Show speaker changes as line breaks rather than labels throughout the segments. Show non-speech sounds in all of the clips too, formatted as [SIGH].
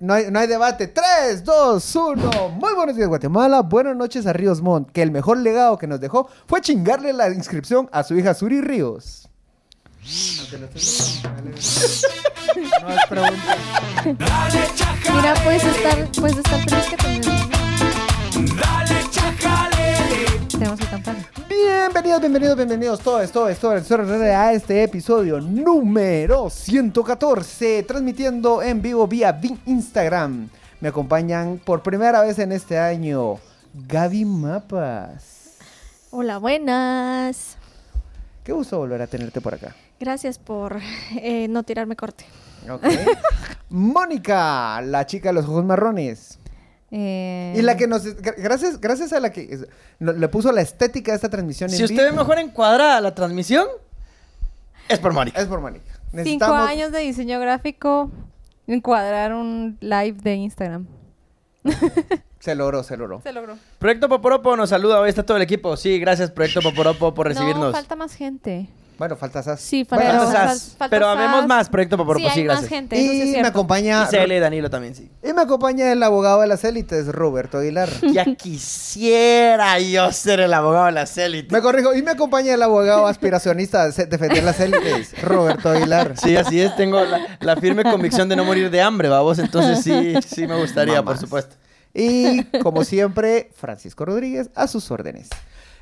No hay, no hay debate. 3, 2, 1. Muy buenos días, Guatemala. Buenas noches a Ríos Montt, que el mejor legado que nos dejó fue chingarle la inscripción a su hija Suri Ríos. No es pregunta.
Mira, pues, puedes estar, puedes estar feliz que tenemos. Tenemos el campana.
Bienvenidos, bienvenidos, bienvenidos todos, todos, todos, todos a este episodio número 114, transmitiendo en vivo vía Vin- Instagram. Me acompañan por primera vez en este año Gaby Mapas.
Hola, buenas.
Qué gusto volver a tenerte por acá.
Gracias por eh, no tirarme corte.
Ok. [LAUGHS] Mónica, la chica de los ojos marrones.
Eh,
Y la que nos... gra- Gracias, gracias a la que es- no- le puso la estética a esta transmisión
Si
en
usted ve
vivo.
mejor encuadrada la transmisión, es por Mónica.
Es por Mónica.
Cinco
Necesitamos-
años de diseño gráfico, encuadrar un live de Instagram.
Se logró, se logró.
Se logró.
Proyecto Poporopo nos saluda, hoy está todo el equipo. Sí, gracias Proyecto Poporopo por
No,
recibirnos.
falta más gente.
Bueno, falta Sas.
Sí,
Bueno,
falta
Falta
más.
Sas,
falta
pero
Sas.
amemos más Proyecto Poporopo,
Sí, hay
sí,
más
gracias.
gente. eso sí es
Y me
cierto.
acompaña.
Y Cele y Danilo también, sí.
Y me acompaña el abogado de las élites, Roberto Aguilar.
Ya quisiera yo ser el abogado de las élites.
Me corrijo. Y me acompaña el abogado aspiracionista de se- defender las élites, Roberto Aguilar.
Sí, así es, tengo la, la firme convicción de no morir de hambre, babos. Entonces sí, sí me gustaría, por
Mamás.
supuesto.
Y como siempre, Francisco Rodríguez, a sus órdenes.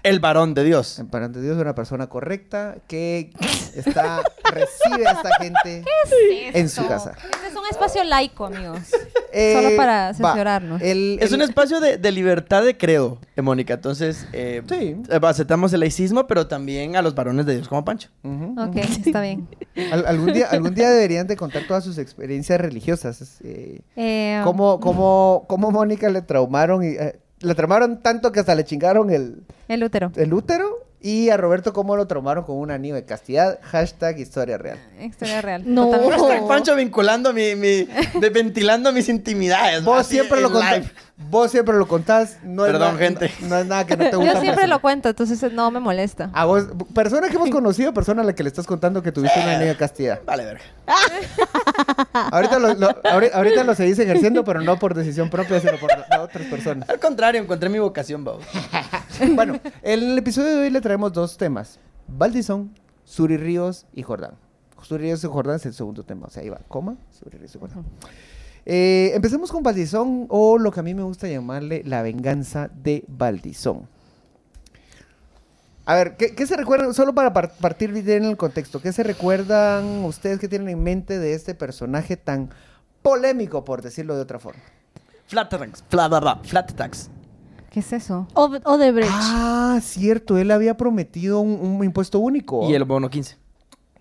El varón de Dios.
En para ante Dios, una persona correcta que está, recibe a esta
[LAUGHS]
gente en su casa.
Este es un espacio laico,
[LAUGHS]
amigos.
Eh,
Solo para
va,
cerciorarnos.
el-
Es
el-
un espacio de, de libertad de credo, eh, Mónica. Entonces, eh,
Sí.
eh, aceptamos el laicismo, pero también a los varones de Dios como Pancho.
Ujú.
Ok, está bien.
Al- algún, día, algún día deberían de contar todas sus experiencias religiosas. es, eh,
Eh,
¿Cómo, cómo, cómo Mónica le traumaron? Y, eh, le traumaron tanto que hasta le chingaron el,
El útero.
el útero. Y a Roberto, ¿cómo lo traumaron con un anillo de castidad? Hashtag historia real.
Historia real.
No.
Totalmente.
Oh.
Hashtag Pancho vinculando mi, mi de- ventilando mis intimidades. ¿no?
Vos
Así
siempre
en
lo contás.
live.
Vos siempre lo contás. No es
Perdón,
nada-
gente.
No, no es nada que no te gusta.
Yo siempre
personal.
lo cuento, entonces no me molesta.
A vos, persona que hemos conocido, persona a la que le estás contando que tuviste un anillo de castidad.
Vale, verga.
Ahorita lo, lo- ahori- ahorita lo seguís ejerciendo, pero no por decisión propia, sino por por otras personas.
Al contrario, encontré mi vocación, babo.
[LAUGHS] Bueno, en el episodio de hoy le traemos dos temas: Valdizón, Suri Ríos y Jordán. Suri Ríos y Jordán es el segundo tema, o sea, ahí va, coma, Suri Ríos y Jordán. Eh, empecemos con Valdizón o lo que a mí me gusta llamarle la venganza de Valdizón. A ver, ¿qué, qué se recuerdan? Solo para par- partir bien en el contexto, ¿qué se recuerdan ustedes que tienen en mente de este personaje tan polémico, por decirlo de otra forma?
Flat tax, flat, bla, bla, flat tax.
¿Qué es eso?
Ob- Odebrecht.
Ah, cierto, él había prometido un, un impuesto único.
Y el bono 15.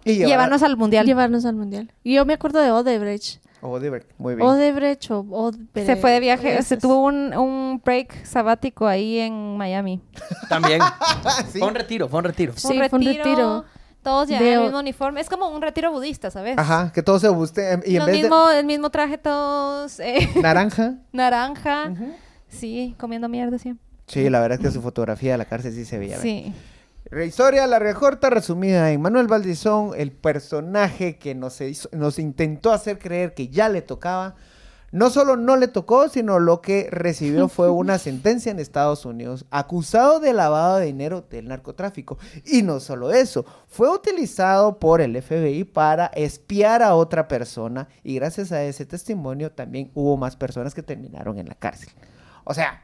Y llevar-
Llevarnos al mundial.
Llevarnos al mundial. Y yo me acuerdo de Odebrecht.
Odebrecht, Oh, muy bien.
Odebrecht o Odebrecht.
Se fue de viaje, se
Esas.
tuvo un, un break sabático ahí en Miami.
También.
[LAUGHS] Sí.
Fue un retiro, fue un retiro.
Sí, fue un retiro.
Todos llevan
De-
el mismo uniforme. Es como un retiro budista, ¿sabes?
Ajá, que todo se guste. em, Y en
Lo
vez
mismo, El mismo traje todos. eh,
de naranja.
[LAUGHS] naranja. Sí, comiendo mierda siempre.
Sí, la verdad es que su fotografía de la cárcel sí se veía. bien.
Sí.
Re- Historia larga, y corta, resumida. En Manuel Valdizón, el personaje que nos, hizo- nos intentó hacer creer que ya le tocaba, no solo no le tocó, sino lo que recibió fue una sentencia en Estados Unidos acusado de lavado de dinero del narcotráfico. Y no solo eso, fue utilizado por el FBI para espiar a otra persona y gracias a ese testimonio también hubo más personas que terminaron en la cárcel. O sea,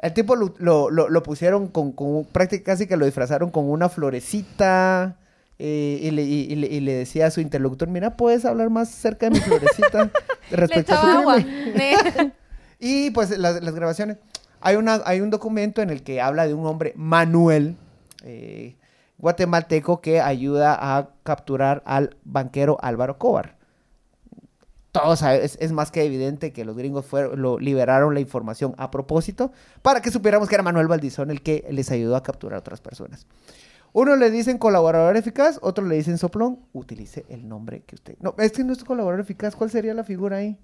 el tipo lo, lo- lo- lo pusieron con, con prácticamente casi que lo disfrazaron con una florecita eh, y, le, y- y le- y le decía a su interlocutor, mira, puedes hablar más cerca de mi
[LAUGHS]
florecita
Le
respecto a tu
echaba agua.
crimen?".
[LAUGHS]
Y pues las, las grabaciones. Hay, una, hay un documento en el que habla de un hombre, Manuel, eh, guatemalteco, que ayuda a capturar al banquero Álvaro Cobar. Todos sabe- es, es más que evidente que los gringos fueron, lo, liberaron la información a propósito para que supiéramos que era Manuel Valdizón el que les ayudó a capturar a otras personas. Uno le dicen colaborador eficaz, otro le dicen soplón. Utilice el nombre que usted. No, este no es colaborador eficaz. ¿Cuál sería la figura ahí?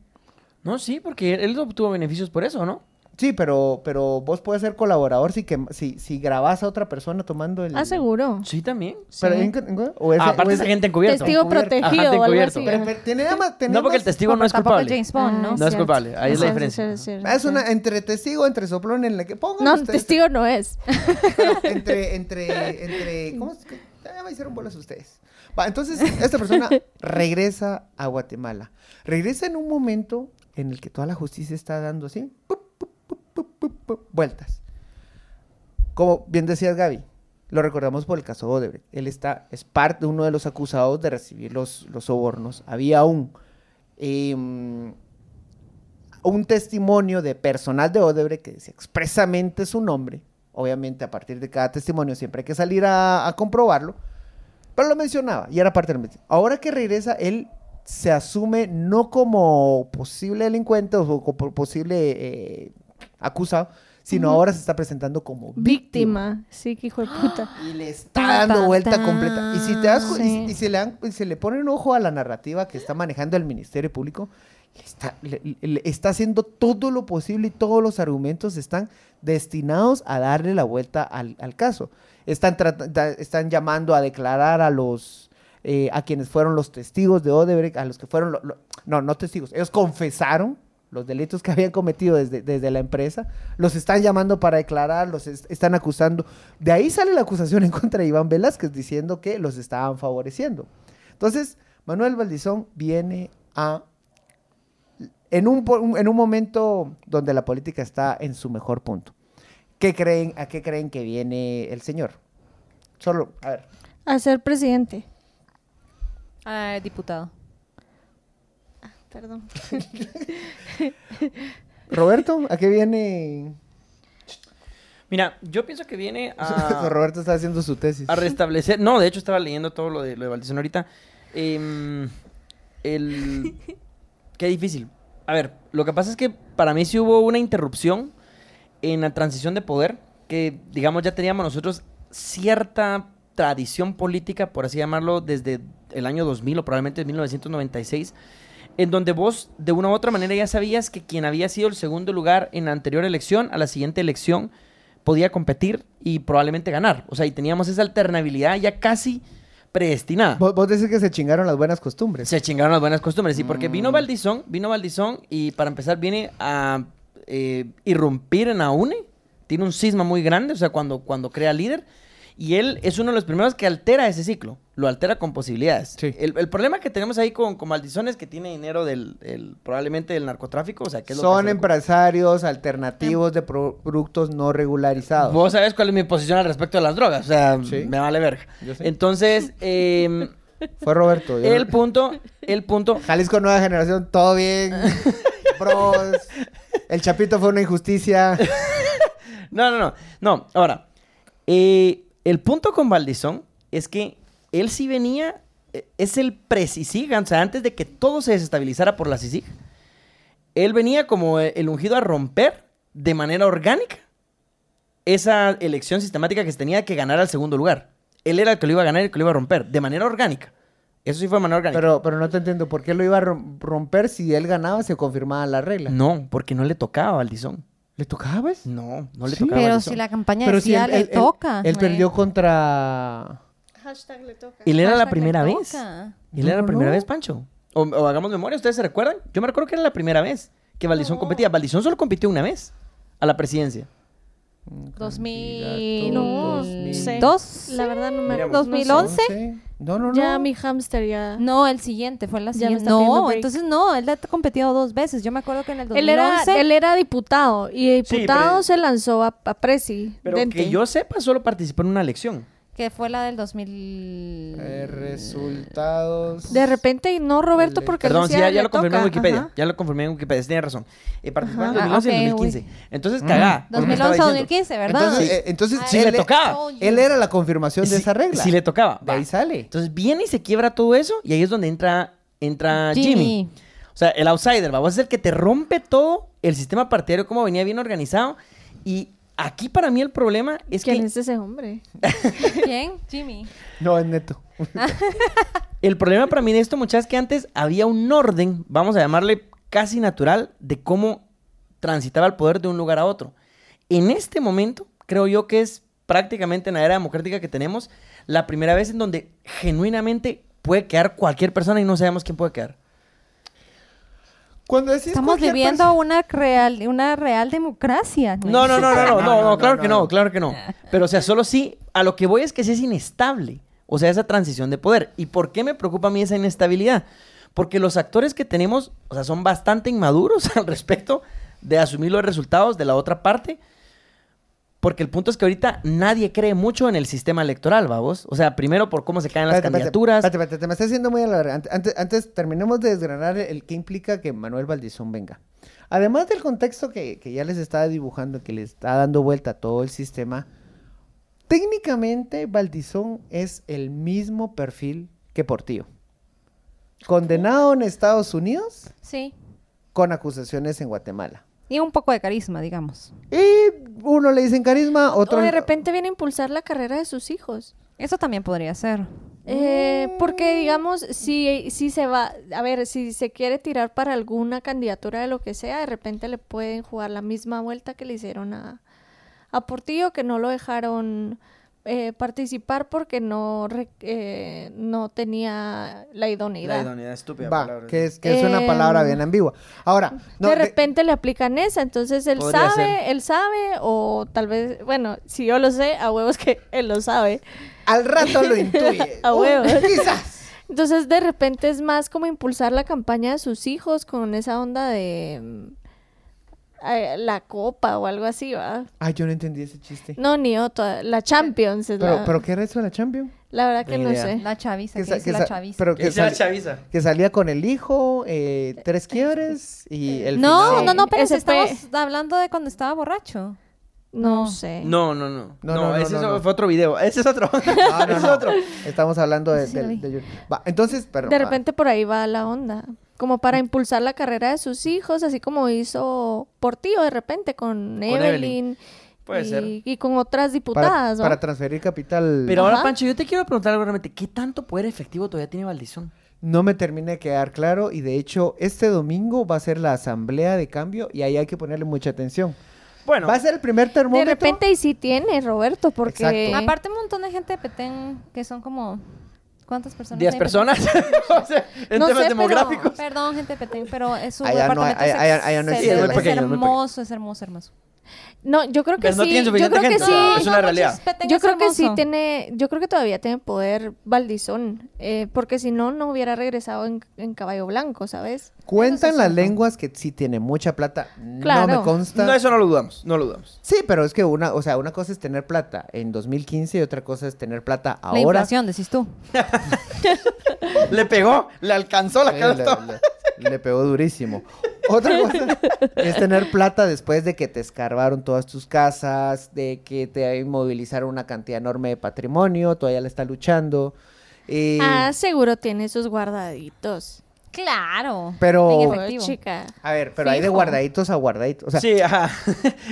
No, sí, porque él obtuvo beneficios por eso, ¿no?
Sí, pero, pero vos puedes ser colaborador si, que, si, si grabás a otra persona tomando el...
Ah, seguro.
Sí, también.
Pero
Sí.
¿en- en- o ese-
Ah,
o
aparte
ese-
esa gente encubierta.
Testigo
Encubierto.
protegido
Ajá,
o algo
encubierto.
así.
Pero- pero tiene ama-
No,
tenemos-
porque el testigo no es
Tampoco
culpable.
James Bond,
Ah,
¿no?
No es
cierto.
culpable, ahí es
Cierto,
la diferencia.
cierto, cierto.
Ah, Es una entre testigo, entre soplón en la que pongan
No,
ustedes-
testigo no es.
pero entre, entre, entre, ¿cómo es que? Ya me hicieron bolas ustedes. Va, entonces, esta persona regresa a Guatemala. Regresa en un momento en el que toda la justicia está dando así, pup, pup, pup, pup, pup, pup, vueltas. Como bien decías, Gaby, lo recordamos por el caso Odebrecht. Él está, es parte de uno de los acusados de recibir los, los sobornos. Había un, em, un testimonio de personal de Odebrecht que dice expresamente su nombre. Obviamente, a partir de cada testimonio siempre hay que salir a, a comprobarlo. Pero lo mencionaba y era parte del mes. Ahora que regresa, él se asume no como posible delincuente o como posible eh, acusado, sino ahora se está presentando como víctima.
Víctima. Sí, que hijo de puta.
Y le está dando
Tan,
vuelta
tan.
completa. Y si te das cu- y-
Sí.
y, se le dan- y se le pone un ojo a la narrativa que está manejando el Ministerio Público, le está, le- le- está haciendo todo lo posible y todos los argumentos están destinados a darle la vuelta al, al caso. Están, trata- da- están llamando a declarar a los eh, a quienes fueron los testigos de Odebrecht, a los que fueron, lo- lo- no, no testigos, ellos confesaron los delitos que habían cometido desde, desde la empresa, los están llamando para declarar, los es- están acusando. De ahí sale la acusación en contra de Iván Velázquez diciendo que los estaban favoreciendo. Entonces, Manuel Valdizón viene a... En un, po- un- en un momento donde la política está en su mejor punto. ¿Qué creen, ¿A qué creen que viene el señor? Solo, a ver.
A ser presidente.
Ah, diputado.
Perdón.
Roberto, ¿a qué viene?
Mira, yo pienso
[LAUGHS]
que viene a,
Roberto está haciendo su tesis.
a restablecer. No, de hecho estaba leyendo todo lo de lo de Valdizón ahorita. Em, el qué difícil. A ver, lo que pasa es que para mí sí hubo una interrupción en la transición de poder que digamos ya teníamos nosotros cierta tradición política, por así llamarlo, desde el año 2000 o probablemente 1996 en donde vos de una u otra manera ya sabías que quien había sido el segundo lugar en la anterior elección a la siguiente elección podía competir y probablemente ganar. O sea, y teníamos esa alternabilidad ya casi predestinada.
Vos, vos decís que se chingaron las buenas costumbres.
Se chingaron las buenas costumbres. Y porque vino
Mm.
Valdizón, vino Valdizón y para empezar viene a eh, irrumpir en AUNE. Tiene un cisma muy grande, o sea, cuando, cuando crea líder. Y él es uno de los primeros que altera ese ciclo. Lo altera con posibilidades.
Sí.
El, el problema que tenemos ahí con, con Valdizón es que tiene dinero del, el- probablemente del narcotráfico. O sea, que es lo que
Son
se le-
empresarios alternativos de pro- productos no regularizados.
Vos sabés cuál es mi posición al respecto de las drogas. O sea,
Sí.
me vale verga.
Yo sé.
Entonces,
[LAUGHS]
eh,
Fue Roberto. yo
el
no-
punto, el punto,
Jalisco Nueva Generación, todo
[LAUGHS]
bien. Bros. El Chapito fue una injusticia.
No, no, no. No, ahora. eh, el punto con Valdizón es que él sí venía. eh, Es el pre-CICIG, o sea, antes de que todo se desestabilizara por la CICIG. Él venía como eh, el ungido a romper de manera orgánica esa elección sistemática que se tenía que ganar al segundo lugar. Él era el que lo iba a ganar y el que lo iba a romper, de manera orgánica. Eso sí fue de manera orgánica.
Pero, pero no te entiendo. ¿Por qué lo iba a rom- romper si él ganaba se confirmaba la regla?
No, porque no le tocaba a Valdizón.
¿Le tocaba? pues?
No, no le
Sí.
tocaba a
Pero
Valdizón.
si la campaña
Pero si
decía,
él,
le
él- él-
toca.
Él
güey.
perdió contra.
Hashtag le toca.
Él era
Hashtag
la
le
primera vez.
toca.
Él era
No,
la primera
no.
vez, Pancho. O, o hagamos memoria, ¿ustedes se recuerdan? Yo me recuerdo que era la primera vez que Valdizón competía. Valdizón solo compitió una vez a la presidencia.
2000.
No, sé.
¿Dos?
La verdad no me
Mira,
no sé.
¿2011?
No, no, no.
Ya mi hamster ya.
No, el siguiente fue la
Ya me
siguiente.
está pidiendo
No,
break.
entonces no, él ha competido dos veces. Yo me acuerdo que en el 2011.
Él era, él era diputado y de
Sí,
diputado
pero-
se lanzó a, a presi.
Pero que yo sepa, solo participó en una elección.
Que fue la del 2000.
Eh, resultados.
De repente, y no Roberto, porque
Perdón, sí,
decía,
ya, ya
"Le
lo confirmé en
toca".
Wikipedia.
Ajá.
Ya lo confirmé en Wikipedia, sí, tenía razón. Eh, participó en
Ajá.
2011 y en
Ah, ok,
2015. Entonces, cagá. porque me
2011
estaba
o
diciendo.
2015, ¿verdad?
Entonces,
Sí.
eh, entonces
Ay,
sí
él
le
e-
tocaba.
Él era la confirmación de
Sí,
esa regla.
Sí le tocaba.
De ahí
Va.
sale.
Entonces viene y se quiebra todo eso y ahí es donde entra, entra Jimmy.
Jimmy.
O sea, el outsider, va. Vos es el que te rompe todo el sistema partidario, como venía bien organizado. Y aquí para mí el problema es que
¿Quién es ese hombre?
¿Quién? Jimmy.
No, es neto.
el problema para mí de esto, muchachos, que antes había un orden, vamos a llamarle casi natural, de cómo transitaba el poder de un lugar a otro. En este momento, creo yo que es prácticamente en la era democrática que tenemos, la primera vez en donde genuinamente puede quedar cualquier persona y no sabemos quién puede quedar.
[LAUGHS] Cuando decís
Estamos
cualquier
viviendo
persona-
una real, una real democracia. güey.
No, no, no, no, no, no,
no,
no, claro
no,
que
no.
no, claro que no. Pero, o sea, solo sí, a lo que voy es que sí es inestable. O sea, esa transición de poder. ¿Y por qué me preocupa a mí esa inestabilidad? Porque los actores que tenemos, o sea, son bastante inmaduros [LAUGHS] al respecto de asumir los resultados de la otra parte. Porque el punto es que ahorita nadie cree mucho en el sistema electoral, vamos. O sea, primero por cómo se caen las
Espérate, espérate,
candidaturas.
Espérate, espérate, me está haciendo muy alargar. Antes, antes terminemos de desgranar el que implica que Manuel Valdizón venga. Además del contexto que, que ya les estaba dibujando, que le está dando vuelta a todo el sistema, técnicamente Valdizón es el mismo perfil que Portillo. Condenado en Estados Unidos
Sí.
con acusaciones en Guatemala.
Y un poco de carisma, digamos.
Y uno le dicen carisma, otro...
O de repente viene a impulsar la carrera de sus hijos.
Eso también podría ser.
Eh, porque digamos, si, si se va, a ver, si se quiere tirar para alguna candidatura de lo que sea, de repente le pueden jugar la misma vuelta que le hicieron a, a Portillo, que no lo dejaron eh, participar porque no, re- eh, no tenía la idoneidad.
estúpida.
Va, que es, que es una
Em,
palabra bien ambigua. Ahora, no,
de
de-
repente le aplican esa, entonces él
Podría
sabe,
ser.
él sabe, o tal vez, bueno, si yo lo sé, a huevos que [LAUGHS] él lo sabe.
al rato
[LAUGHS]
lo intuye.
A
Uh,
huevo.
Quizás.
Entonces de repente es más como impulsar la campaña de sus hijos con esa onda de mm, eh, la copa o algo así, ¿va?
Ay, yo no entendí ese chiste.
No, ni otra, la Champions es
pero,
la,
¿Pero qué era eso de la Champions?
la verdad que
Ni
no
idea.
sé.
La chaviza,
Que
que
sa-
dice
que
la
sa-
chaviza.
pero que sal-
chaviza.
que salía con el hijo, eh, tres quiebres y
Eh,
el
No,
final.
no, no, pero si
Ese fue-
estamos hablando de cuando estaba borracho.
No,
No.
sé.
No, no, no.
No,
No,
no, no,
ese
no, no.
fue otro video. Ese es otro.
Ah, no,
[LAUGHS] ese es
no.
otro.
Estamos hablando de...
Sí lo
del-
vi.
del- Va, entonces, perdón.
de
va.
repente por ahí va la onda, como para impulsar la carrera de sus hijos, así como hizo Portillo de repente con Evelyn,
Evelyn. Puede
y,
ser.
y con otras
Para,
diputadas, ¿va?
para transferir capital...
Pero ahora,
Ajá.
Pancho, yo te quiero preguntar algo realmente. ¿Qué tanto poder efectivo todavía tiene Valdizón?
No me termina de quedar claro y de hecho este domingo va a ser la asamblea de cambio y ahí hay que ponerle mucha atención.
Bueno,
Va a ser el primer
De
termómetro.
repente y sí tiene, Roberto, porque
Exacto.
Aparte un montón de gente de Petén que son como... ¿Cuántas personas?
10
hay en
personas. [LAUGHS] o sea, en
No
temas
sé, pero-
demográficos.
Petén? Perdón, gente de Petén, pero es su
Allá no hay-
departamento es
allá- allá- allá no
ex-
existe
es
la-
es
pequeño, muy pequeño.
hermoso, es hermoso, hermoso.
No, yo creo que
Pero no
sí.
tienen
yo
suficiente
creo que
gente,
sí.
no, es una
manches,
realidad.
Petén
Yo
es
creo que sí
hermoso.
tiene, yo creo que todavía tiene poder Valdizón, eh, porque si no, no hubiera regresado en, en Caballo Blanco, ¿sabes?
Cuentan
Eso sí,
las
¿no?
lenguas que sí tiene mucha plata. No me
Claro.
consta.
No, eso no lo dudamos. No lo dudamos.
Sí, pero es que una, o sea, una cosa es tener plata en 2015 y otra cosa es tener plata ahora.
La inflación, decís tú.
Le pegó, le alcanzó la
Sí,
cara.
le, le- le pegó durísimo. Otra cosa
[LAUGHS]
es tener plata después de que te escarbaron todas tus casas, de que te inmovilizaron una cantidad enorme de patrimonio, todavía la está luchando. eh,
Ah, seguro tiene sus guardaditos.
Claro.
Pero-
Bien
Joder,
efectivo.
chica.
a ver, pero hay de
fijo.
guardaditos a guardaditos. O sea,
sí, [LAUGHS] ajá.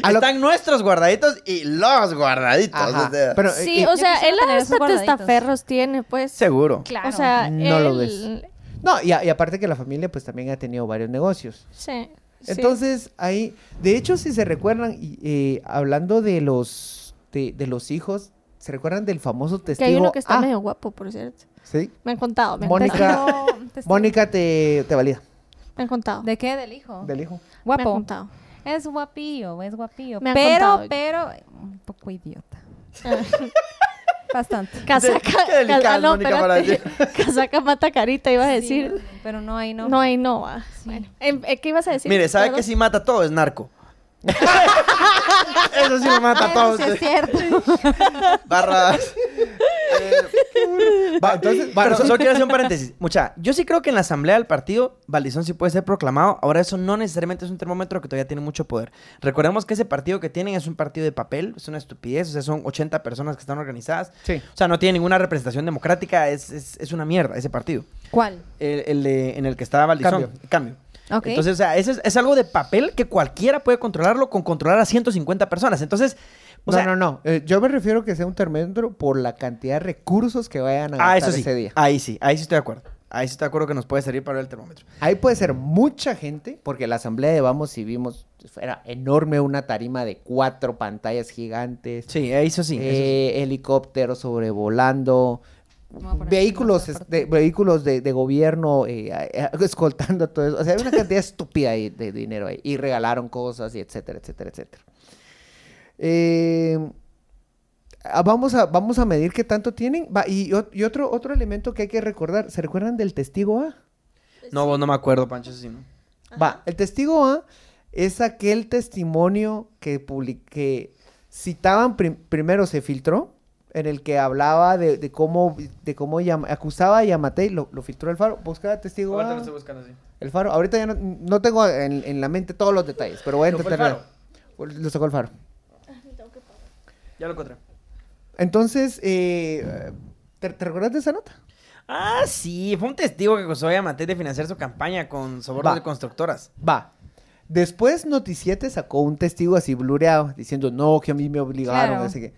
A lo-
Están nuestros guardaditos y los guardaditos.
ajá,
o sea,
pero, eh,
Sí,
eh,
o
Yo
sea,
quisiera
él
tener esos
hasta
guardaditos.
testaferros tiene, pues.
Seguro.
Claro.
O sea,
No lo
él-
no, y, a- y aparte que la familia pues también ha tenido varios negocios.
Sí. sí.
Entonces, ahí, de hecho, si se recuerdan, y, eh, hablando de los, de, de los hijos, ¿se recuerdan del famoso
que
testigo?
hay uno que está
A?
medio guapo, por cierto.
Sí.
Me han contado, me han
ah. Mónica-
contado.
Mónica te, te valida.
Me han contado.
¿De qué? Del hijo.
Del hijo.
Me han
Guapo. [LAUGHS]
contado.
Es guapillo, es guapillo.
Me han
pero,
contado.
pero, un
[LAUGHS]
poco idiota. Bastante.
Casaca.
qué delicada
cas- ah, no,
Mónica para
espérate. [LAUGHS] Casaca mata carita, iba a decir.
Sí, pero no hay, no.
No hay Nova.
Sí.
Bueno, em- eh, ¿qué ibas a decir?
Mire, ¿sabe
Perdón.
que si mata todo?
[LAUGHS]
Es narco. eso sí lo mata a
Eso
todos.
sí es cierto.
Barras.
Va, entonces, va,
[LAUGHS] Pero
so-
solo quiero hacer un paréntesis. Mucha, yo sí creo que en la asamblea del partido Valdizón sí puede ser proclamado. Ahora, eso no necesariamente es un termómetro que todavía tiene mucho poder. Recordemos que ese partido que tienen es un partido de papel, es una estupidez, o sea, son 80 personas que están organizadas.
[LAUGHS] sí.
O sea, no tiene ninguna representación democrática, es, es- es una mierda ese partido.
¿Cuál?
El, el de- en el que estaba Valdizón.
Cambio.
Ok.
Entonces, o sea, ese es, es algo de papel que cualquiera puede controlarlo con controlar a 150 personas. Entonces, o
no,
sea,
no, no. Eh, yo me refiero que sea un termómetro por la cantidad de recursos que vayan a
Ah,
gastar
eso sí.
ese día.
Ahí sí, ahí sí estoy de acuerdo. Ahí sí te acuerdo que nos puede servir para ver el termómetro.
Ahí puede ser mucha gente, porque la asamblea de Vamos y vimos, era enorme una tarima de cuatro pantallas gigantes,
Sí, eh, eso sí. eso sí.
eh, helicópteros sobrevolando,
Me voy a poner
vehículos
chingona,
de, vehículos de, de gobierno eh, eh, [LAUGHS] escoltando todo eso. O sea, hay una cantidad estúpida ahí de dinero ahí. Y regalaron cosas y etcétera, etcétera, etcétera. Eh, ah, vamos, a, vamos a medir qué tanto tienen. Va, y, ot- y otro, otro elemento que hay que recordar. ¿Se recuerdan del testigo A?
No, vos no me acuerdo, Pancho, eso sí, ¿no?
Va, el testigo A es aquel testimonio que, publi- que citaban prim- primero se filtró, en el que hablaba de, de cómo, de cómo llama- acusaba a Yamate y lo, lo filtró el faro. Busca testigo A.
buscando así.
El faro. Ahorita ya no, no tengo en, en la mente todos los detalles, pero voy a
¿Lo fue el
intentar. Lo sacó el faro.
Ya lo encontré.
Entonces, eh, ¿te, te recuerdas de esa nota?
Ah, sí, fue un testigo que acusó a Yamate de financiar su campaña con sobornos
Va.
de constructoras.
Va. Después Noticiete sacó un testigo así blureado diciendo, no, que a mí me obligaron,
Claro.
así que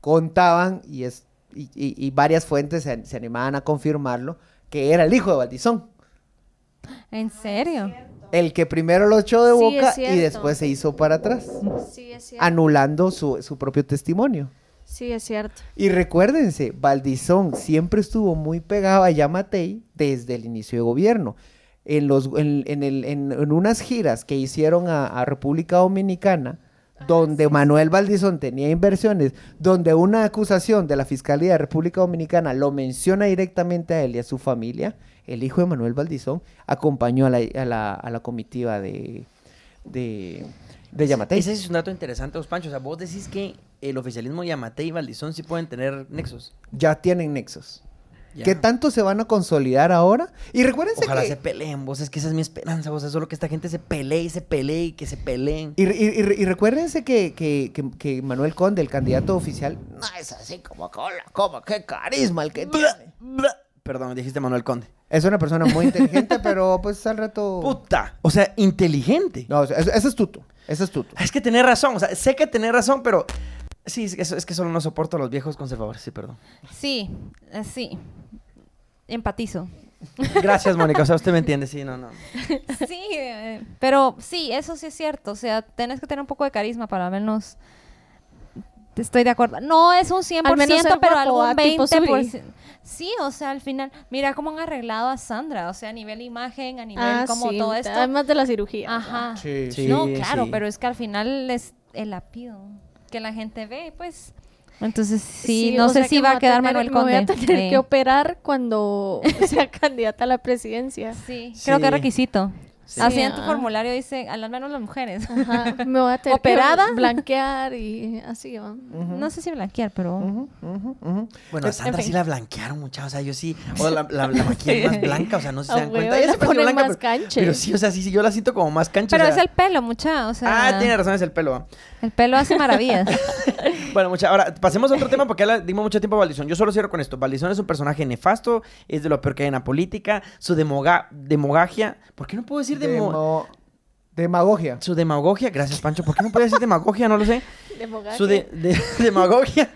contaban y, es, y, y- y varias fuentes se, se animaban a confirmarlo, que era el hijo de Valdizón, este,
¿En serio?
el que primero lo echó de
Sí,
boca
es
y
cierto.
después se hizo para atrás,
Sí, es cierto.
anulando su, su propio testimonio.
Sí, es cierto.
Y recuérdense, Valdizón siempre estuvo muy pegado a Yamatei desde el inicio de gobierno. En, los, en, en el- en- en unas giras que hicieron a, a República Dominicana,
Ah,
donde Manuel Valdizón tenía inversiones, donde una acusación de la Fiscalía de República Dominicana lo menciona directamente a él y a su familia, el hijo de Manuel Valdizón acompañó a la, a la- a la comitiva de, de, de Yamatei.
Ese es un dato interesante, vos, Pancho. O sea, vos decís que el oficialismo Yamate y Valdizón sí pueden tener nexos.
Ya tienen nexos.
Ya.
¿Qué tanto se van a consolidar ahora? Y recuérdense
Ojalá
que...
se peleen, vos. Es que esa es mi esperanza, vos. Es solo que esta gente se pelee y se pelee y que se peleen.
Y, re- y re- y recuérdense que, que- que- que Manuel Conde, el candidato oficial, no es así como cola, como qué carisma el que tiene.
Perdón, dijiste Manuel Conde.
Es una persona muy inteligente, [LAUGHS] pero pues al rato...
Puta. O sea, inteligente.
No, eso, eso es tuto, eso es tuto.
Ah, Es que tenés razón. O sea, sé que tenés razón, pero. Sí, es que, es que solo no soporto a los viejos conservadores. Sí, perdón.
Sí, eh, sí. Empatizo.
Gracias, Mónica. O sea, usted me entiende. Sí, no, no.
[LAUGHS] Sí, eh, pero sí, eso sí es cierto. O sea, tenés que tener un poco de carisma para al menos. Estoy de acuerdo. No es un 100%,
menos ser
pero
guapo,
algo
ah, tipo
20%. Sí, o sea, al final, mira cómo han arreglado a Sandra, o sea, a nivel imagen, a nivel como todo esto.
Ah, Además de la cirugía. Ah.
Ajá.
Sí,
Ah. Sí,
no, claro,
sí.
pero es que al final es el apido que la gente ve, pues. Entonces, sí,
Sí,
no
o
sé
sea
si
que
va
me
a quedar
tener-
Manuel
me
Conde.
voy a tener
Sí.
que operar
[LAUGHS]
cuando sea candidata a la presidencia.
Sí, creo que es
Sí.
requisito.
Sí.
Así en tu
Ah.
formulario dice, al menos las mujeres. [LAUGHS]
Ajá, [LAUGHS] me voy a tener
¿Operada?
que blanquear y así va.
No sé si blanquear, pero...
Ujú, ujú, ujú.
Bueno, a Sandra
fin.
sí la blanquearon, mucha. O sea, yo sí. O la, la, la maquilla es más blanca. O sea, no sé si
A
se dan cuenta.
huevo,
Ella
la
se parece
ponen
blanca,
más
pero-
canche.
Pero sí, o sea, sí, sí, yo la siento como más cancha. o
Pero es
sea.
el pelo, mucha, o sea...
Ah, tiene razón, es el pelo. va.
El pelo hace maravillas.
[LAUGHS]
Bueno, mucha, ahora pasemos a otro tema porque ya le dimos mucho tiempo a Valdizón. Yo solo cierro con esto. Valdizón es un personaje nefasto, es de lo peor que hay en la política. Su demoga, demogagia. ¿Por qué no puedo decir demo-
Demo- Demagogia.
Su demagogia. Gracias, Pancho. ¿Por qué no puedo decir demagogia? No lo sé. Su de- de- [LAUGHS] demagogia.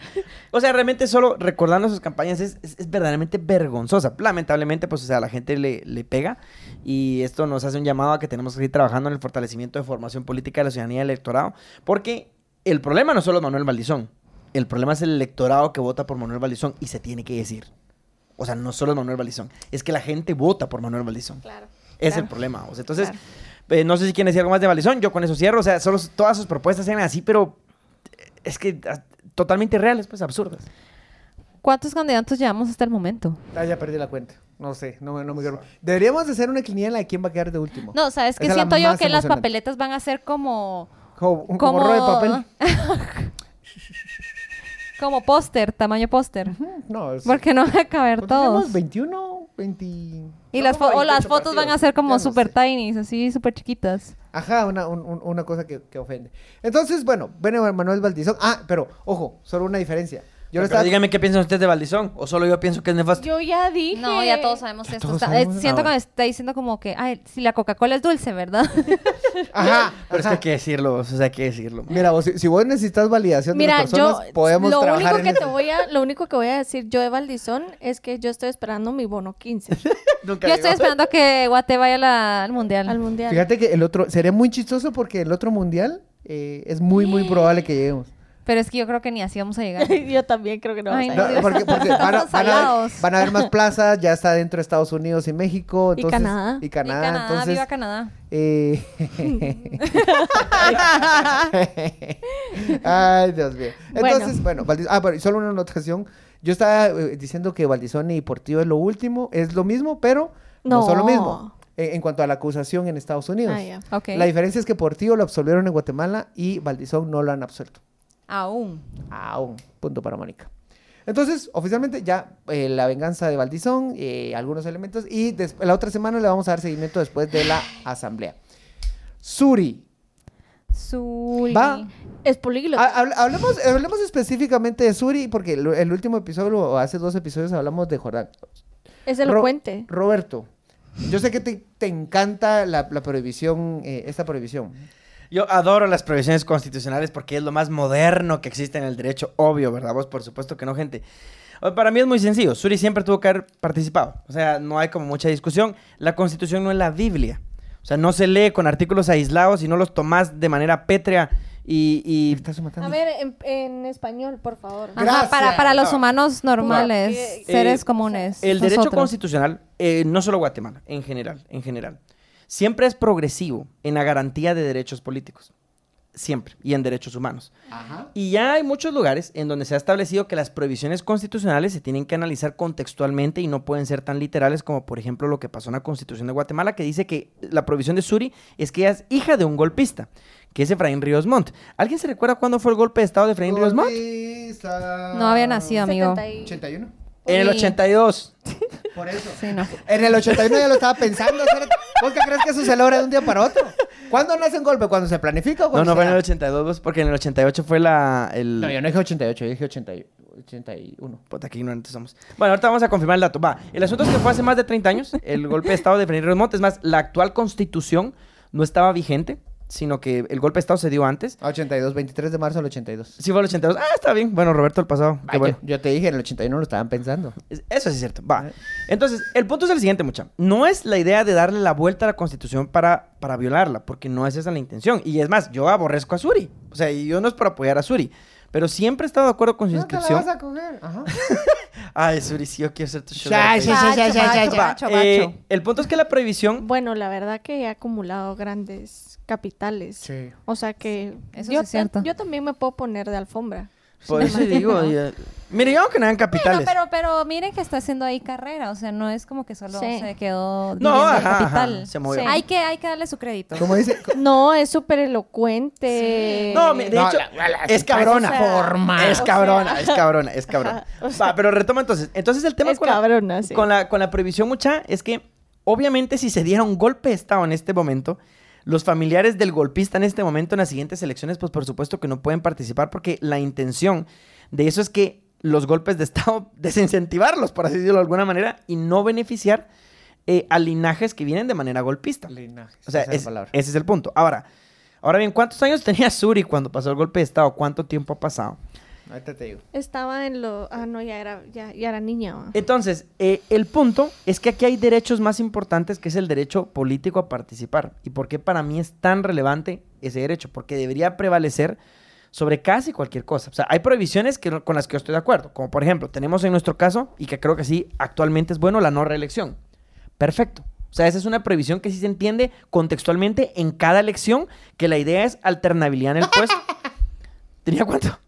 O sea, realmente solo recordando sus campañas es, es- es verdaderamente vergonzosa. Lamentablemente, pues, o sea, la gente le, le pega y esto nos hace un llamado a que tenemos que seguir trabajando en el fortalecimiento de formación política de la ciudadanía y el electorado, porque el problema no es solo Manuel Valdizón, el problema es el electorado que vota por Manuel Valdizón y se tiene que decir. O sea, no solo es Manuel Valdizón, es que la gente vota por Manuel Valdizón.
Claro.
Es
Claro.
el problema. O sea, entonces,
Claro.
eh, no sé si quieren decir algo más de Valizón. Yo con eso cierro. O sea, solo s- todas sus propuestas eran así, pero es que ah, totalmente reales, pues absurdas.
¿Cuántos candidatos llevamos hasta el momento?
Ah, ya perdí la cuenta. No sé, no me, no me quiero. Deberíamos de hacer una quiniela de quién va a quedar de último.
No, sabes que
Esa es la
siento yo
más
que las
emocionante.
papeletas van a ser como...
Como, como
Como-
rollo de papel.
[LAUGHS] Como póster, tamaño póster.
No, es...
Porque no van a caber
Pues
¿Cuántos Pues tenemos? 21,
todos.
20...
Y
son
las,
como
fo- o las
28
fotos van a
partidos.
ser como
Ya no
super
sé.
tiny, así super chiquitas.
Ajá, una, un- un- una cosa que, que ofende. Entonces, bueno, Bene Manuel Valdizón. Ah, pero, ojo, solo una diferencia. Yo
Pero
le estaba...
Dígame qué piensan ustedes de Valdizón. O solo yo pienso que es nefasto.
Yo ya dije.
No, ya todos sabemos
Ya
esto.
todos
Está-
sabemos.
eh, siento
Ah,
que
bueno.
me está diciendo como que, ay, si la Coca-Cola es
[LAUGHS]
dulce, ¿verdad?
Ajá,
Pero es que
ajá.
hay que decirlo, o sea, hay que decirlo.
Mira, vos, si, si vos necesitas validación de
Mira,
las personas,
yo
podemos
lo
trabajar
único
en
que
eso.
te voy a, lo único que voy a decir yo de Valdizón es que yo estoy esperando mi bono
[LAUGHS]
15
Nunca
Yo estoy esperando que Guate vaya a la- al mundial.
al mundial.
Fíjate que el otro... Sería muy chistoso porque el otro mundial eh, es muy, muy probable que lleguemos.
Pero es que yo creo que ni así vamos a
[LAUGHS]
[LAUGHS]
llegar.
yo también creo que no. vas
Ay,
a
No,
ir.
Dios.
porque, porque van, a,
Estamos
van a ver-
salados.
van a haber más plazas, ya está dentro de Estados Unidos y México.
Y
Entonces,
Canadá.
Y
Y
Canadá.
Canadá,
entonces,
viva Canadá.
eh, Ay, Dios mío. Entonces, bueno, Valdi- ah, pero solo una anotación. Yo estaba eh, diciendo que Valdizón y Portillo es lo último, es lo mismo, pero no, son lo mismo. eh, En, en cuanto a la acusación en Estados Unidos.
Ah, ya.
Ok.
La diferencia es que Portillo lo absolvieron en Guatemala y Valdizón no lo han absuelto.
Aún.
Aún. Punto para Mónica. Entonces, oficialmente ya eh, la venganza de Valdizón, eh, algunos elementos, y des- la otra semana le vamos a dar seguimiento después de la asamblea. Suri,
Suri.
Va.
Es políglota.
Ah,
Ha- hable- hablemos, hablemos específicaamente de Suri, porque el, el último episodio, o hace dos episodios, hablamos de Jordán.
es
Ro-
elocuente.
Roberto, yo sé que te, te encanta la, la prohibición, eh, esta prohibición.
Yo adoro las prohibiciones constitucionales porque es lo más moderno que existe en el derecho, obvio, ¿verdad? Vos, por supuesto que no, gente. O- Para mí es muy sencillo. Suri siempre tuvo que haber participado. O sea, no hay como mucha discusión. La constitución no es la Biblia. O sea, no se lee con artículos aislados y no los tomás de manera pétrea y.
Me
y-
estás matando.
A ver, en, en español, por favor.
Ajá,
Gracias.
para, para los
Ah.
humanos normales,
Eh,
seres
eh,
comunes.
El derecho
nosotros.
constitucional, eh, no solo Guatemala, en general, en general, siempre es progresivo en la garantía de derechos políticos. Siempre. Y en derechos humanos. Y ya hay muchos lugares en donde se ha establecido que las prohibiciones constitucionales se tienen que analizar contextualmente y no pueden ser tan literales como, por ejemplo, lo que pasó en la Constitución de Guatemala, que dice que la prohibición de Suri es que ella es hija de un golpista, que es Efraín Ríos Montt. ¿Alguien se recuerda cuándo fue el golpe de Estado de Efraín Ríos Montt?
Golpiza.
No había nacido, amigo.
70 y-
81.
En el
Uy.
82.
Por eso.
Sí, no.
En el 81 ya lo estaba pensando. Cérate. ¿Vos qué crees que eso se logra de un día para otro? ¿Cuándo nace un golpe? ¿Cuándo se planifica o
No,
cuando
no
se
fue en
da?
el 82, vos, pues, porque en el 88 fue la... El...
No, yo no dije 88, yo dije 80 y- 81.
Puta, qué ignorantes somos. Bueno, ahorita vamos a confirmar el dato. Va, el asunto es que fue hace más de 30 años el golpe de Estado de Efraín Ríos Montt. Es más, la actual constitución no estaba vigente, sino que el golpe de Estado se dio antes.
Ah, 82, 23 de marzo del 82.
Sí fue el 82. Ah, está bien. Bueno, Roberto, el pasado. Qué
Vaya,
bueno.
Yo te dije, en el 81 lo estaban pensando.
Es- Eso sí es cierto. Va. Entonces, el punto es el siguiente, mucha. No es la idea de darle la vuelta a la Constitución para, para violarla, porque no es esa la intención. Y es más, yo aborrezco a Suri. O sea, y yo no es por apoyar a Suri. Pero siempre he estado de acuerdo con su
No Ah, te la
inscripción.
vas a coger.
[LAUGHS]
Ajá.
Ay, Suri, sí, yo quiero ser tu sugar
Ya,
daddy.
sí, sí, sí, sí, sí,
Va,
Bacho,
eh,
bacho.
el punto es que la prohibición
Bueno, la verdad que he acumulado grandes capitales.
Sí.
O sea que
Eso
yo,
sí es cierto.
yo también me puedo poner de
[LAUGHS]
alfombra.
Por eso digo, ya- mire, yo aunque no hagan
Bueno,
capitales.
pero, pero miren que está haciendo ahí carrera, o sea, no es como que solo
Sí.
se quedó
No,
viviendo en
ajá,
capital.
ajá, se movió.
Sí.
Hay que, hay que darle su crédito.
Como dice,
No, es súper elocuente.
No, mi- de
No,
hecho,
la- la- la-
es cabrona.
o sea,
Forma.
Es
o
cabrona,
sea.
es cabrona, es cabrona.
Ajá, [LAUGHS] o sea.
Va, pero retoma entonces. Entonces el tema
es
con, la-
cabrona, sí.
con la, con la prohibición mucha es que, obviamente, si se diera un golpe de Estado en este momento, los familiares del golpista en este momento en las siguientes elecciones, pues por supuesto que no pueden participar porque la intención de eso es que los golpes de Estado, [LAUGHS] desincentivarlos, por así decirlo de alguna manera, y no beneficiar eh, a linajes que vienen de manera golpista.
Linaje.
O sea,
esa es
es-
la palabra.
ese es el punto. Ahora, ahora bien, ¿cuántos años tenía Suri cuando pasó el golpe de Estado? ¿Cuánto tiempo ha pasado?
Ahorita te digo.
Estaba en lo... Ah, no, ya era, ya, ya era niña. ¿va?
Entonces, eh, el punto es que aquí hay derechos más importantes que es el derecho político a participar. ¿Y por qué para mí es tan relevante ese derecho? Porque debería prevalecer sobre casi cualquier cosa. O sea, hay prohibiciones que, no- con las que yo estoy de acuerdo. Como por ejemplo, tenemos en nuestro caso, y que creo que sí, actualmente es bueno, la no reelección. Perfecto. O sea, esa es una prohibición que sí se entiende contextualmente en cada elección, que la idea es alternabilidad en el puesto. ¿Tenía cuánto?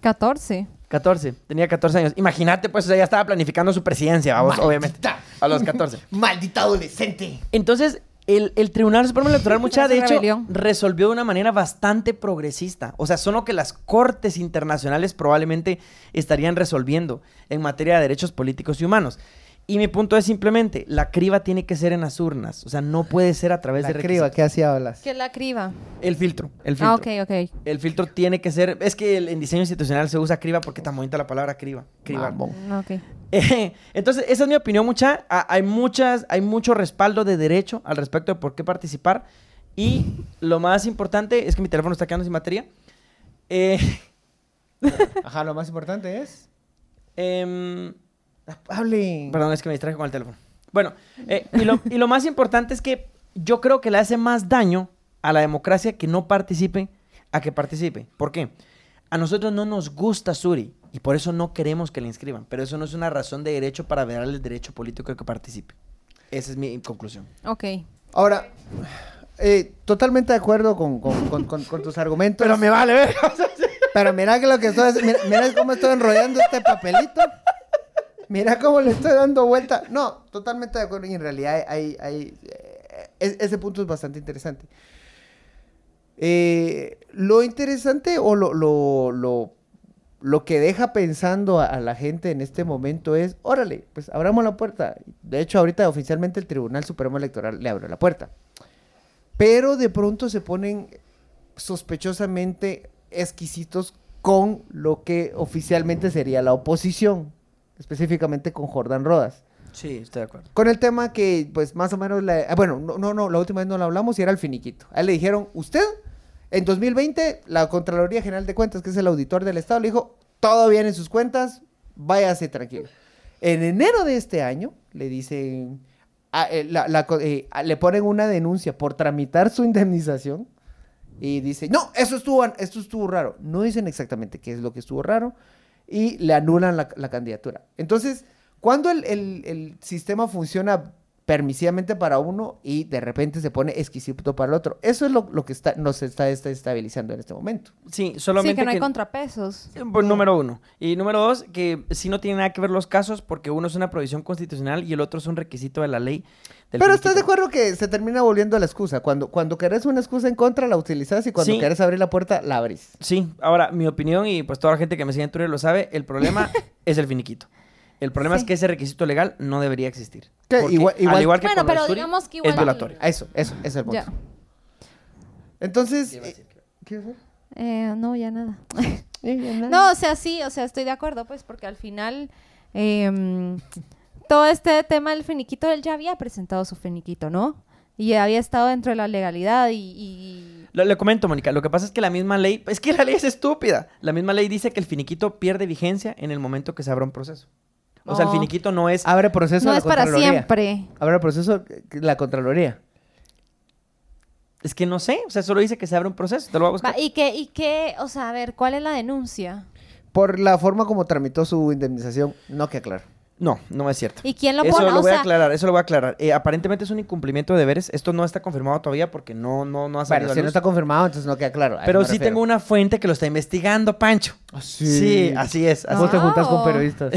14.
14, tenía 14 años. Imagínate, pues, o sea, ya estaba planificando su presidencia, vamos,
Maldita.
obviamente. A los 14.
Maldita adolescente.
Entonces, el, el Tribunal
[LAUGHS]
Supremo Electoral, mucha,
Esa
de hecho,
rebelión.
resolvió de una manera bastante progresista. O sea, son lo que las cortes internacionales probablemente estarían resolviendo en materia de derechos políticos y humanos. Y mi punto es simplemente, la criba tiene que ser en las urnas. O sea, no puede ser a través
La
de
criba,
requisitos.
¿qué hacía hablas?
Que la criba.
El filtro. El filtro.
Ah, ok, ok.
El filtro tiene que ser. Es que el- en diseño institucional se usa criba porque está bonita la palabra criba. Cribar.
Mamón.
Ok.
Eh, [LAUGHS] Entonces, esa es mi opinión, mucha. A- Hay muchas, hay mucho respaldo de derecho al respecto de por qué participar. Y lo más importante es que mi teléfono está quedando sin batería. Eh, [LAUGHS]
Ajá, lo más importante es.
em,
Hable.
perdón, es que me distraje con el teléfono. Bueno, eh, y, lo, y lo más importante es que yo creo que le hace más daño a la democracia que no participe a que participe. ¿Por qué? A nosotros no nos gusta Suri y por eso no queremos que le inscriban. Pero eso no es una razón de derecho para darle el derecho político a que participe. Esa es mi conclusión.
Ok.
Ahora, eh, totalmente de acuerdo con, con- con- con- con tus argumentos. Pero,
vale,
mira que lo que estoy mira, mira cómo estoy enrollando este papelito. Mira cómo le estoy dando vuelta. No, totalmente de acuerdo. Y en realidad hay, hay- eh, es- ese punto es bastante interesante. Eh, lo interesante o lo, lo- lo- lo que deja pensando a, a la gente en este momento es, órale, pues abramos la puerta. De hecho, ahorita oficialmente el Tribunal Supremo Electoral le abrió la puerta. Pero de pronto se ponen sospechosamente exquisitos con lo que oficialmente sería la oposición, específicamente con Jordán Rodas.
Sí, estoy de acuerdo.
Con el tema que, pues, más o menos, la- ah, bueno, no, no, no, la última vez no lo hablamos y era el finiquito. A él le dijeron, usted, en 2020, la Contraloría General de Cuentas, que es el auditor del Estado, le dijo, todo bien en sus cuentas, váyase tranquilo. En enero de este año, le dicen, ah, eh, la- la co- eh, ah, le ponen una denuncia por tramitar su indemnización y dice, no, eso estuvo, esto estuvo raro. No dicen exactamente qué es lo que estuvo raro y le anulan la, la candidatura. Entonces, cuando el, el- el sistema funciona permisivamente para uno y de repente se pone exquisito para el otro, eso es lo, lo que está, nos está estabilizando en este momento.
Sí, solamente
sí, que no hay contrapesos.
Eh, pues, número uno. Y número dos, que sí no tiene nada que ver los casos porque uno es una provisión constitucional y el otro es un requisito de la ley. del
Pero estás de
finiquito.
acuerdo que se termina volviendo la excusa. Cuando, cuando querés una excusa en contra, la utilizás y cuando
Sí.
querés abrir la puerta, la abrís.
Sí, ahora, mi opinión y pues toda la gente que me sigue en Twitter lo sabe,
[LAUGHS]
el problema es el finiquito. El problema es
Sí.
que ese requisito legal no debería existir.
Que
Porque
igual- igual-
al igual que
Bueno,
con lo de
pero
Suri,
digamos que
es
igual-
violatorio.
Eso, eso, ese es el punto.
Ya.
Entonces... eh, ¿qué iba a decir?
Eh, no, ya [LAUGHS] nada.
Eh, ya nada.
No, o sea, sí, o sea, estoy de acuerdo, pues, porque al final em, todo este tema del finiquito, él ya había presentado su finiquito, ¿no? Y había estado dentro de la legalidad y... y-
Lo- Le comento, Mónica, lo que pasa es que la misma ley, es que la ley es estúpida. La misma ley dice que el finiquito pierde vigencia en el momento que se abra un proceso. O sea, el
No.
finiquito no es... "Ah,
Abre proceso a
No
la
es para
Contraloría.
siempre.
Abre proceso eh, la Contraloría.
Es que no sé, o sea, solo dice que se abre un proceso. Te lo voy a buscar.
Va, y que, y que, o sea, a ver, ¿cuál es la denuncia?
Por la forma como tramitó su indemnización, no que aclaro.
No, no es cierto.
¿Y quién lo
eso
pone?
lo
o
voy a
sea,
aclarar, eso lo voy a aclarar. Eh, aparentemente es un incumplimiento de deberes. Esto no está confirmado todavía porque no, no, no ha salido
Bueno,
a
si no
luz.
está confirmado, entonces no queda claro.
Pero sí tengo una fuente que lo está investigando, Pancho. Ah, Sí, así es. Así,
Vos te juntas con
Wow.
periodistas.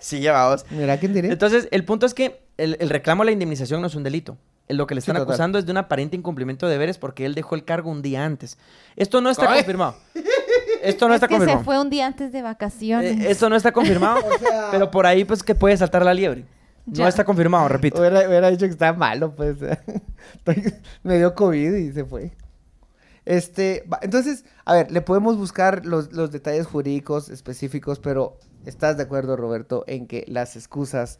sí, llevados.
Mira, ¿quién diría?
Entonces, el punto es que el, el reclamo a la indemnización no es un delito. Eh, Lo que le
Sí,
están
total.
acusando es de un aparente incumplimiento de deberes porque él dejó el cargo un día antes. Esto no está confirmado. Esto no
es
está
que se
confirmado.
fue un día antes de vacaciones.
Eh, esto no está [LAUGHS] confirmado. Pero por ahí, pues, que puede saltar la liebre. No
Ya.
está confirmado, repito.
Hubiera, hubiera dicho que estaba malo, pues. [LAUGHS] Estoy- [LAUGHS] Me dio COVID y se fue. Este, va, entonces, a ver, le podemos buscar los, los detalles jurídicos específicos, pero ¿estás de acuerdo, Roberto, en que las excusas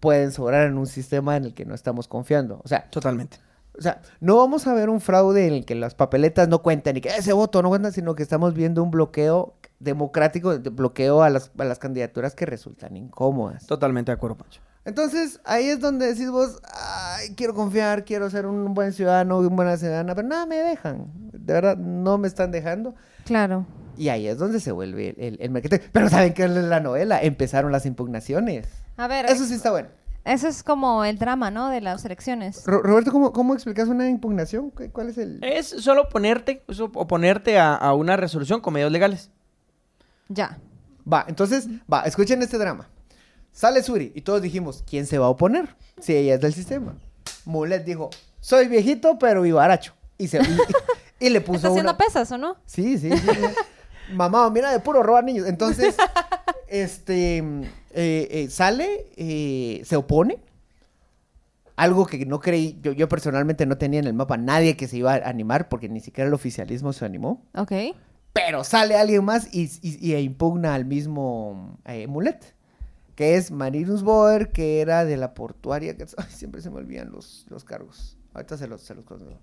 pueden sobrar en un sistema en el que no estamos confiando? O sea,
Totalmente.
O sea, no vamos a ver un fraude en el que las papeletas no cuentan y que ese voto no cuenta, sino que estamos viendo un bloqueo democrático, de bloqueo a las, a las candidaturas que resultan incómodas.
Totalmente de acuerdo, Pancho.
Entonces, ahí es donde decís vos, ay, quiero confiar, quiero ser un buen ciudadano, una buena ciudadana, pero nada, me dejan. De verdad, no me están dejando.
Claro.
Y ahí es donde se vuelve el, el, el marketing. Pero ¿saben qué es la novela? Empezaron las impugnaciones.
A ver,
Eso sí está bueno.
eso es como el drama, ¿no? De las elecciones.
Ro- Roberto, ¿cómo, ¿cómo explicas una impugnación? ¿Cu- ¿Cuál es el...?
Es solo oponerte, es op- oponerte a, a una resolución con medios legales.
Ya.
Va, entonces, va, escuchen este drama. Sale Suri y todos dijimos, ¿quién se va a oponer? Si ella es del sistema. Mulet dijo, soy viejito pero vivaracho. Y, se,
[LAUGHS]
y, y le puso
Pues
¿Está haciendo
una...
pesas o no? [LAUGHS]
Sí, sí, sí. sí. Mamá, mira, de puro robar niños. Entonces, este, eh, eh, sale, eh, se opone. Algo que no creí, yo, yo personalmente no tenía en el mapa nadie que se iba a animar porque ni siquiera el oficialismo se animó.
Ok.
Pero sale alguien más y, y- y e impugna al mismo eh, Mulet, que es Marinus Boer, que era de la portuaria. que- ay, siempre se me olvidan los, los cargos. Ahorita se los, se los consigo.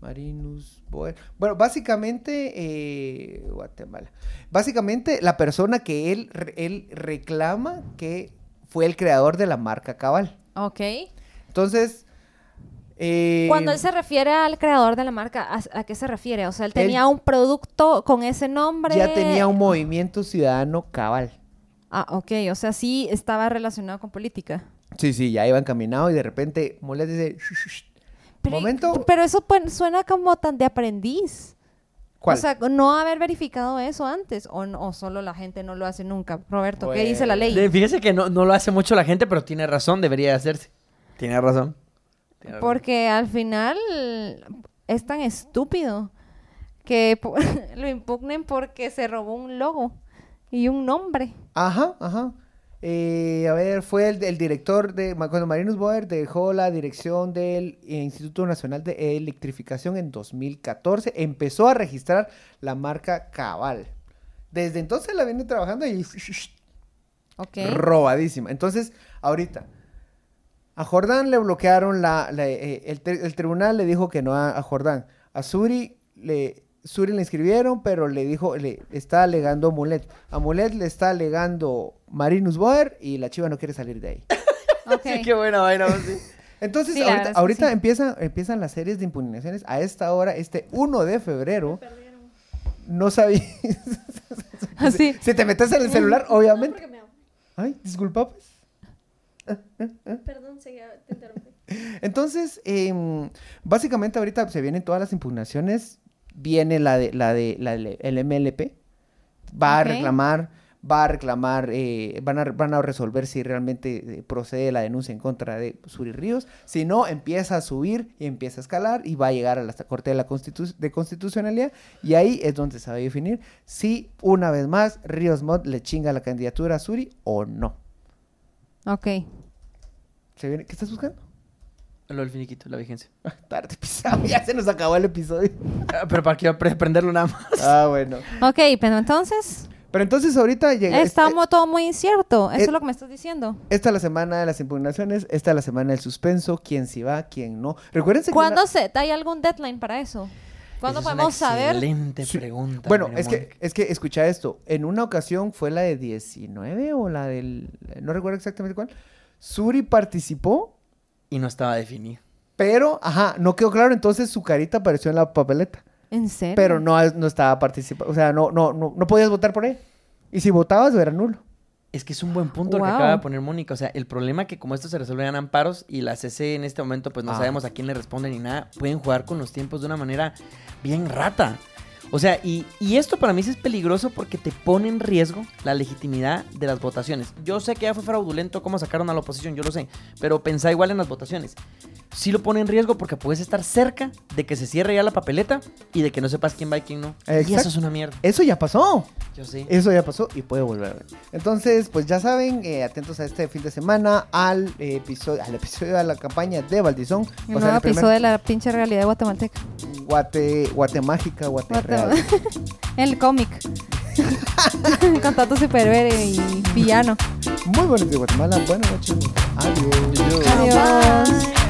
Marinus Boer. Bueno, básicamente, eh, Guatemala. Básicamente, la persona que él, re- él reclama que fue el creador de la marca Cabal.
Ok.
Entonces. eh,
Cuando él se refiere al creador de la marca, ¿a, a qué se refiere? O sea, él
Él-
tenía un producto con ese nombre.
ya tenía un movimiento ciudadano cabal.
Ah, ok. O sea, sí estaba relacionado con política.
Sí, sí, ya iban caminando y de repente Mulet dice, "Shh, shh, shh".
Pero,
Momento.
Pero eso pues, suena como tan de aprendiz.
¿cuál?
O sea, no haber verificado eso antes. O, no- o solo la gente no lo hace nunca. Roberto, ¿qué dice la ley?
De- Fíjese que no, no lo hace mucho la gente, pero tiene razón, debería de hacerse. Tiene razón. Tiene razón.
Porque al final es tan estúpido que po- [LAUGHS] lo impugnen porque se robó un logo y un nombre.
Ajá, ajá. Eh, a ver, fue el, el director de, ma- cuando Marinus Boer dejó la dirección del eh, Instituto Nacional de Electrificación en 2014, empezó a registrar la marca Cabal. Desde entonces la viene trabajando y shh, shh, shh,
Ok.
robadísima. Entonces, ahorita, a Jordán le bloquearon la... la, eh, el, tri- el tribunal le dijo que no a, a Jordán. A Suri le... Suri le inscribieron, pero le dijo, le está alegando Mulet. A Mulet le está alegando Marinus Boer y la chiva no quiere salir de ahí.
ok.
[LAUGHS] Sí, qué buena vaina, vos, sí.
Entonces,
Sí, la
ahorita,
verdad es que
ahorita
sí.
empiezan, empiezan las series de impugnaciones. A esta hora, este 1 de febrero, no sabía.
Así.
[LAUGHS] si, te metes en el celular, obviamente.
porque me ahogo.
Ay, disculpa, pues.
Perdón, seguía, te interrumpí.
Entonces, em, básicamente ahorita se vienen todas las impugnaciones. Viene la de la de la del el MLP. Va
Ok.
a reclamar, va a reclamar, eh, van, a, van a resolver si realmente eh, procede la denuncia en contra de Suri Ríos. Si no, empieza a subir y empieza a escalar y va a llegar a la Corte de la Constitu- de Constitucionalidad. Y ahí es donde se va a definir si una vez más Ríos Mod le chinga la candidatura a Suri o no.
Ok.
¿Se viene? ¿Qué estás buscando? [LAUGHS]
Lo del finiquito, la vigencia.
Tarde, [LAUGHS] pisado, ya se nos acabó el episodio.
Ah, Pero para que iba a pre- prenderlo nada más.
[LAUGHS] Ah, bueno.
Ok, pero entonces
Pero entonces ahorita llega.
está mo- todo muy incierto. Eso
eh,
es lo que me estás diciendo.
Esta es la semana de las impugnaciones, esta es la semana del suspenso, quién sí va, quién no. Recuérdense que.
¿Cuándo
una-
se, ¿Hay algún deadline para eso? ¿Cuándo
Esa es una
podemos saber?
Excelente
Sí.
pregunta.
Bueno,
mira,
es que,
Mónica.
es que, escucha esto. En una ocasión fue la de 19 o la del. No recuerdo exactamente cuál. Suri participó,
Y no estaba definido.
pero, ajá, no quedó claro, entonces su carita apareció en la papeleta.
¿En serio?
Pero no, no estaba participando, o sea, no, no, no, no podías votar por él. Y si votabas, era nulo.
Es que es un buen punto lo que
Wow.
acaba de poner Mónica. O sea, el problema que como esto se resuelve en amparos y la CC en este momento pues no
Ah.
sabemos a quién le responde ni nada, pueden jugar con los tiempos de una manera bien rata. O sea, y, y esto para mí sí es peligroso porque te pone en riesgo la legitimidad de las votaciones. Yo sé que ya fue fraudulento cómo sacaron a la oposición, yo lo sé, pero pensá igual en las votaciones. Sí lo pone en riesgo porque puedes estar cerca de que se cierre ya la papeleta y de que no sepas quién va y quién no. Y
Exacto.
eso es una mierda.
Eso ya pasó.
Yo sé.
Eso ya pasó y puede volver. Entonces, pues ya saben, eh, atentos a este fin de semana, al eh, episodio, al episodio de la campaña de Valdizón.
El
Va a ser
nuevo
el primer
episodio de la pinche realidad guatemalteca.
Guate, Guatemágica, Guaterreal.
Guate- El cómic. [LAUGHS] Con tanto superhéroe y villano.
Muy buenos de Guatemala. Buenas noches. Adiós.
Adiós.
Bye.